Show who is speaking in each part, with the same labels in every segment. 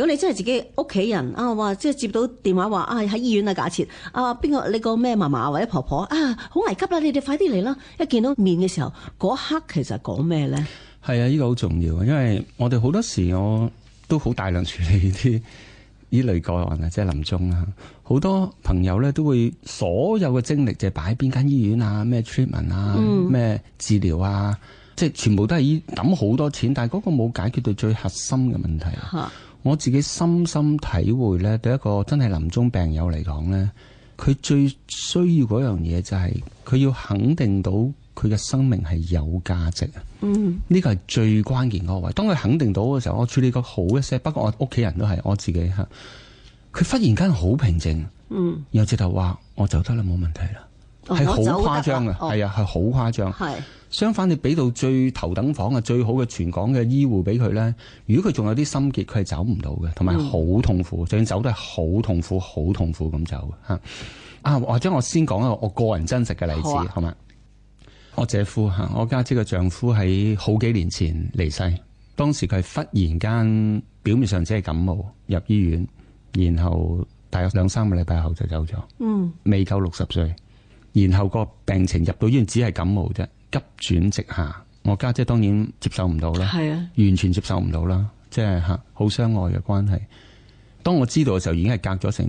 Speaker 1: 如果你真係自己屋企人啊，話即係接到電話話啊喺醫院啊，假設啊邊個你個咩嫲嫲或者婆婆啊好危急啦，你哋快啲嚟啦！一見到面嘅時候，嗰刻其實講咩咧？
Speaker 2: 係啊，呢個好重要啊，因為我哋好多時我都好大量處理啲呢類個案啊，即係臨終啦。好多朋友咧都會所有嘅精力就係擺邊間醫院啊、咩 treatment 啊、咩、治療啊，即係全部都係依抌好多錢，但係嗰個冇解決到最核心嘅問題。啊
Speaker 1: 嚇
Speaker 2: 我自己深深體會咧，對一個真係臨終病友嚟講咧，佢最需要嗰樣嘢就係佢要肯定到佢嘅生命係有價值啊！嗯，呢個係最關鍵嗰個位。當佢肯定到嘅時候，我處理過好一些，不過我屋企人都係我自己嚇，佢忽然間好平靜，嗯，然後直頭話我走得啦，冇問題啦，
Speaker 1: 哦
Speaker 2: 係
Speaker 1: 我
Speaker 2: 好
Speaker 1: 走得啦
Speaker 2: 誇張嘅，
Speaker 1: 哦
Speaker 2: 係啊，係好誇張。
Speaker 1: 係
Speaker 2: 相反，你俾到最頭等房啊，最好嘅全港嘅醫護俾佢呢。如果佢仲有啲心結，佢係走唔到嘅，同埋
Speaker 1: 嗯
Speaker 2: 好痛苦，就算走都係好痛苦、好痛苦咁走嘅嚇。啊，或者我先講一個我個人真實嘅例子，
Speaker 1: 好啊
Speaker 2: 好嘛、我姐夫嚇，我家姐嘅丈夫喺好幾年前離世，當時佢係忽然間表面上只係感冒入醫院，然後大約兩三個禮拜後就走咗。
Speaker 1: 嗯
Speaker 2: 未夠六十歲，然後個病情入到醫院只係感冒啫，急轉直下。我家姐當然接受唔到啦，
Speaker 1: 係啊
Speaker 2: 完全接受唔到啦，即係嚇好相愛嘅關係。當我知道嘅時候，已經係隔咗成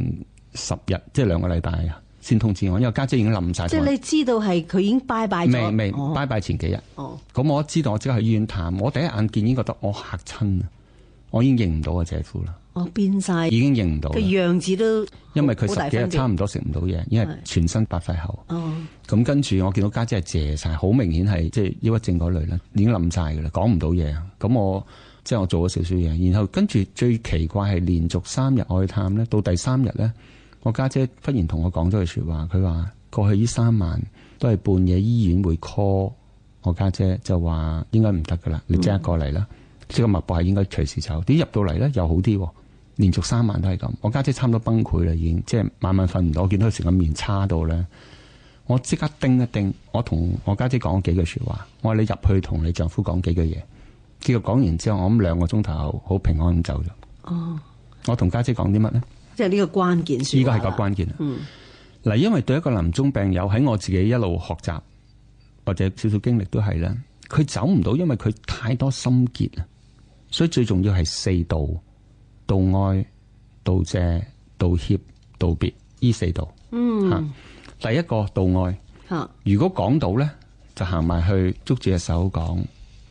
Speaker 2: 十日，即係兩個禮拜啊，先通知我，因為家姐已經冧晒
Speaker 1: 即
Speaker 2: 同
Speaker 1: 係
Speaker 2: 我。
Speaker 1: 你知道係佢已經拜拜咗，
Speaker 2: 未未
Speaker 1: 哦
Speaker 2: 拜拜前幾日，
Speaker 1: 哦
Speaker 2: 咁我一知道我即刻去醫院探，我第一眼見已經覺得我嚇親啊，我已經認唔到我姐夫啦，
Speaker 1: 哦變晒
Speaker 2: 已經認唔到啦
Speaker 1: 個，樣子都
Speaker 2: 啊因為佢
Speaker 1: 好大
Speaker 2: 十幾日
Speaker 1: 分別
Speaker 2: 差唔多食唔到嘢，因為
Speaker 1: 係
Speaker 2: 全身白肺喉。
Speaker 1: 哦
Speaker 2: 咁跟住我見到家姐係謝晒，好明顯係即係抑鬱症嗰類啦，已經冧晒㗎啦，講唔到嘢啊。咁我即係我做咗少少嘢，然後跟住最奇怪係連續三日我去探咧，到第三日咧，我家姐忽然同我講咗句説話，佢話過去呢三晚都係半夜醫院會 call 我家姐，就話應該唔得㗎啦，你即刻過嚟啦，即個脈搏係應該隨時走。點知入到嚟咧又好啲喎。連續三晚都係咁，我家姐差唔多崩潰啦，已經即係晚晚瞓唔到，我見到佢成個面差到咧。我即刻叮一叮，我同我家姐講幾句説話，我話你入去同你丈夫講幾句嘢。結果講完之後，我諗兩個鐘頭後好平安咁走咗。
Speaker 1: 哦，
Speaker 2: 我同家姐講啲乜呢？
Speaker 1: 即係呢個關鍵説
Speaker 2: 呢個
Speaker 1: 話
Speaker 2: 係個
Speaker 1: 啦
Speaker 2: 關鍵啦。
Speaker 1: 嗯
Speaker 2: 嗱，因為對一個臨終病友喺我自己一路學習或者少少經歷都係啦，佢走唔到，因為佢太多心結啊。所以最重要係四道：道愛、道謝、道歉、道別，呢四道。嗯、第一個道愛。
Speaker 1: 嚇
Speaker 2: 如果講到呢，就行埋去捉住隻手講，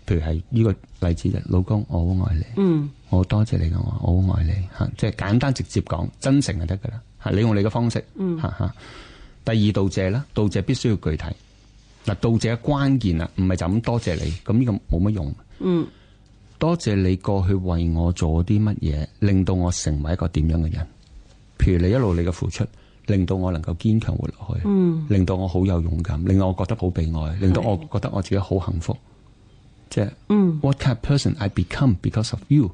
Speaker 2: 譬如係呢個例子就老公，我好愛你，
Speaker 1: 嗯
Speaker 2: 我多謝你嘅愛，我好愛你嚇，即係簡單直接講，真誠就得㗎啦嚇，你用你嘅方式嚇嚇。第二道謝啦，道謝必須要具體。嗱，道謝嘅關鍵啦，唔係就咁多謝你，咁呢個冇乜用。
Speaker 1: 嗯
Speaker 2: 多謝你過去為我做啲乜嘢，令到我成為一個點樣嘅人。譬如你一路你嘅付出，令到我能夠堅強活落去，令到我好有勇敢，令我覺得好被愛，令到我覺得我自己好幸福。即係、What kind of person I become because of you？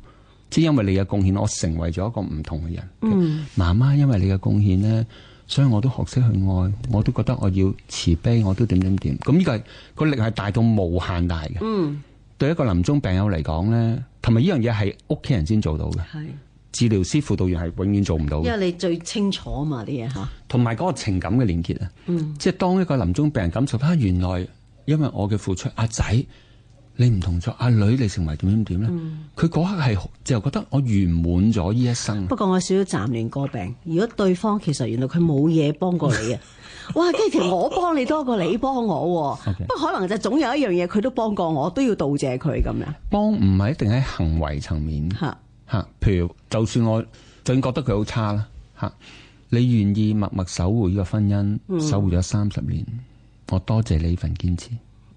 Speaker 2: 即係因為你嘅貢獻，我成為咗一個唔同嘅人。媽媽因為你嘅貢獻呢，所以我都學識去愛，我都覺得我要慈悲，我都點點點。咁呢個係個力係大到無限大嘅。
Speaker 1: 嗯
Speaker 2: 對一個臨終病友嚟講呢，同埋呢樣嘢係屋企人先做到嘅，
Speaker 1: 係，
Speaker 2: 治療師、輔導員係永遠做唔到嘅。
Speaker 1: 因為你最清楚嘛啲嘢嚇，
Speaker 2: 同埋嗰個情感嘅連結啊，即係當一個臨終病人感受到啊，原來因為我嘅付出，阿仔你唔同咗，阿女你成為點點點呢？佢嗰、刻係就覺得我圓滿咗呢一生。
Speaker 1: 不過我少少暫亂過病，如果對方其實原來佢冇嘢幫過 你啊，哇！跟住其實我幫你多過你幫我喎
Speaker 2: OK
Speaker 1: 不過可能就總有一樣嘢佢都幫過我，都要道謝佢咁樣
Speaker 2: 幫唔係一定喺行為層面
Speaker 1: 嚇。
Speaker 2: 嚇，譬如就算我就算覺得佢好差啦嚇，你願意默默守護呢個婚姻，守護咗三十年，我多謝你呢份堅持。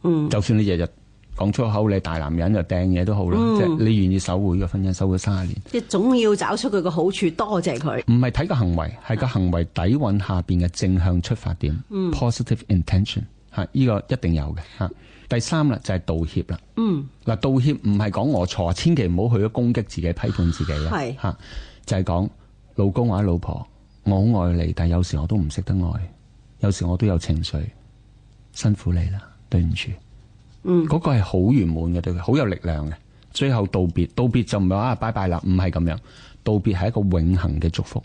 Speaker 1: 嗯
Speaker 2: 就算你日日講粗口，你大男人就掟嘢都好啦，即係你願意守護呢個婚姻，守護三十年，
Speaker 1: 即係總要找出佢個好處，多謝佢。
Speaker 2: 唔係睇個行為，係個行為底蘊下邊嘅正向出發點、p o s i t i v e intention 嚇，呢個一定有嘅嚇。第三啦，就係道歉啦。
Speaker 1: 嗯，
Speaker 2: 嗱，道歉唔係講我錯，千祈唔好去咗攻擊自己、批判自己啊。
Speaker 1: 係
Speaker 2: 嚇，就係講老公或者老婆，我好愛你，但有時我都唔識得愛，有時我都有情緒，辛苦你啦，對唔住。嗯，嗰個係好圓滿嘅，對佢好有力量嘅。最後道別，道別就唔係話啊拜拜啦，唔係咁樣。道別係一個永恆嘅祝福，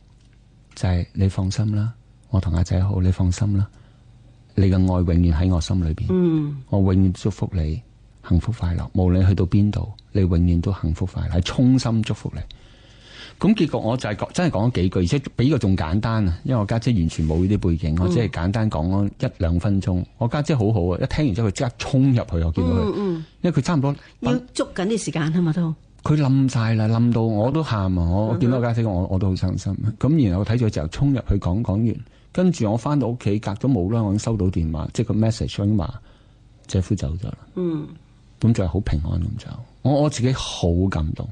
Speaker 2: 就係、你放心啦，我同阿仔好，你放心啦，你嘅愛永遠喺我心裏邊，
Speaker 1: 嗯，
Speaker 2: 我永遠祝福你幸福快樂，無論你去到邊度，你永遠都幸福快樂，係衷心祝福你。咁結果我就係講真係講咗幾句，而且比呢個仲簡單啊！因為我家姐完全冇呢啲背景，我只係簡單講咗一兩分鐘。我家姐好好啊，一聽完之後佢即刻衝入去，我見到佢，因為佢差唔多
Speaker 1: 要捉緊啲時間啊嘛都，
Speaker 2: 佢冧晒啦，冧到我都喊啊！
Speaker 1: 嗯
Speaker 2: 我我見到家姐我我都好傷心。啊咁然後我睇咗之後，衝入去講講完，跟住我翻到屋企，隔咗冇耐，我已經收到電話，即係個 message 已經話姐夫走咗啦。嗯，咁就係好平安咁走。我我自己好感動，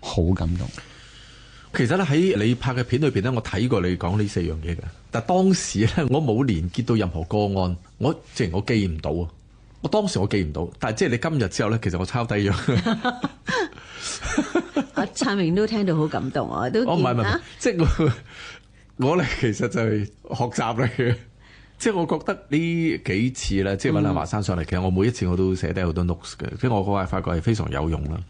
Speaker 2: 好感動。
Speaker 3: 其實咧喺你拍嘅片裏邊咧，我睇過你講呢四樣嘢嘅，但當時咧我冇連結到任何個案，我即係我記唔到啊！我當時我記唔到，但係即係你今日之後咧，其實我抄低 咗。
Speaker 1: 阿燦榮都聽到好感動啊，都
Speaker 3: 哦我唔係唔
Speaker 1: 見
Speaker 3: 係
Speaker 1: 啊，，
Speaker 3: 即係我我咧其實就係學習嚟嘅。即係我覺得呢幾次咧，即係揾阿華山上嚟，其實我每一次我都寫低好多 notes 嘅，即係我個發覺係非常有用啦。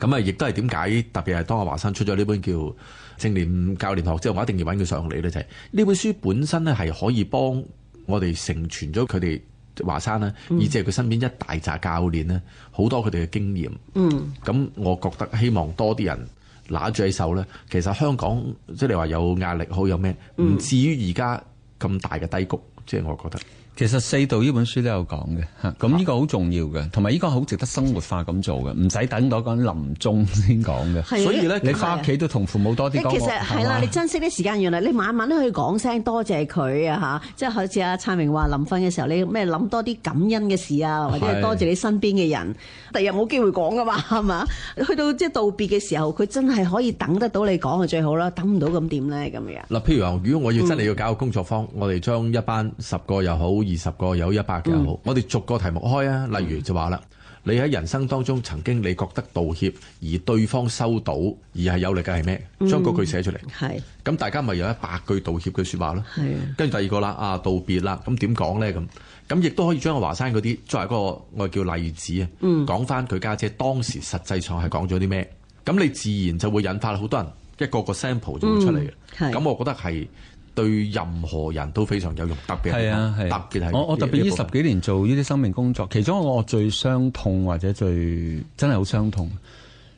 Speaker 3: 咁啊，亦都係點解特別係當阿華山出咗呢本叫《正念教練學》之後，我一定要揾佢上嚟咧，就係、呢本書本身咧係可以幫我哋成全咗佢哋華山啦，以至係佢身邊一大扎教練咧，好多佢哋嘅經驗。
Speaker 1: 嗯，
Speaker 3: 咁我覺得希望多啲人拿住喺手咧，其實香港即係你話有壓力好有咩，唔至於而家咁大嘅低谷，即係我覺得。
Speaker 2: 其實四度呢本書都有講嘅嚇，咁呢個好重要嘅，同埋呢個好值得生活化咁做嘅，唔使等到個人臨終先講嘅。
Speaker 1: 係啊
Speaker 3: 所以咧
Speaker 2: 你翻屋企都同父母多
Speaker 1: 即
Speaker 2: 啲
Speaker 1: 係
Speaker 2: 講。
Speaker 1: 其實係
Speaker 2: 係嘛
Speaker 1: 啦，你珍惜啲時間，原來你晚晚都可以講聲多謝佢啊吓，即係好似阿燦榮話臨瞓嘅時候，你咩諗多啲感恩嘅事啊，或者係
Speaker 3: 係
Speaker 1: 多謝你身邊嘅人，第日冇機會講噶嘛， 係嘛？去到即係道別嘅時候，佢真係可以等得到你講就最好啦，等唔到咁點咧咁樣。
Speaker 3: 嗱，譬如話，如果我要真係要搞個工作坊，我哋將一班十個又好，二十個又好，一百個又好，我哋逐個題目開啊。例如就話啦，你喺人生當中曾經你覺得道歉而對方收到而係有力嘅係咩？將嗰句寫出嚟，
Speaker 1: 係
Speaker 3: 咁大家咪有一百句道歉嘅説話咯。
Speaker 1: 係啊，
Speaker 3: 跟住第二個啦，啊道別啦，咁點講呢？咁咁亦都可以將華山嗰啲作為一個我哋叫例子啊，
Speaker 1: 嗯
Speaker 3: 講翻佢家姐當時實際上係講咗啲咩，咁你自然就會引發好多人一個個 sample 就會出嚟
Speaker 1: 嗯係
Speaker 3: 嘅。咁、我覺得係對任何人都非常有用，特別
Speaker 2: 係啊，係啊
Speaker 3: 特別係
Speaker 2: 我我特別呢十幾年做呢啲生命工作，其中一個我最傷痛或者最真係好傷痛，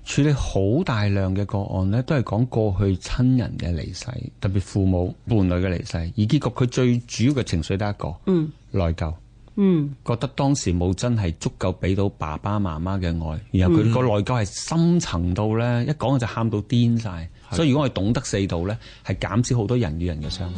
Speaker 2: 處理好大量嘅個案呢，都係講過去親人嘅離世，特別父母、伴侶嘅離世，而結局佢最主要嘅情緒得一個，嗯，內疚。
Speaker 1: 嗯
Speaker 2: 覺得當時冇真係足夠俾到爸爸媽媽嘅愛，然後佢個內疚係深層到呢，一講就喊到癲晒。所以如果我哋懂得四道呢，係減少好多人與人嘅傷害。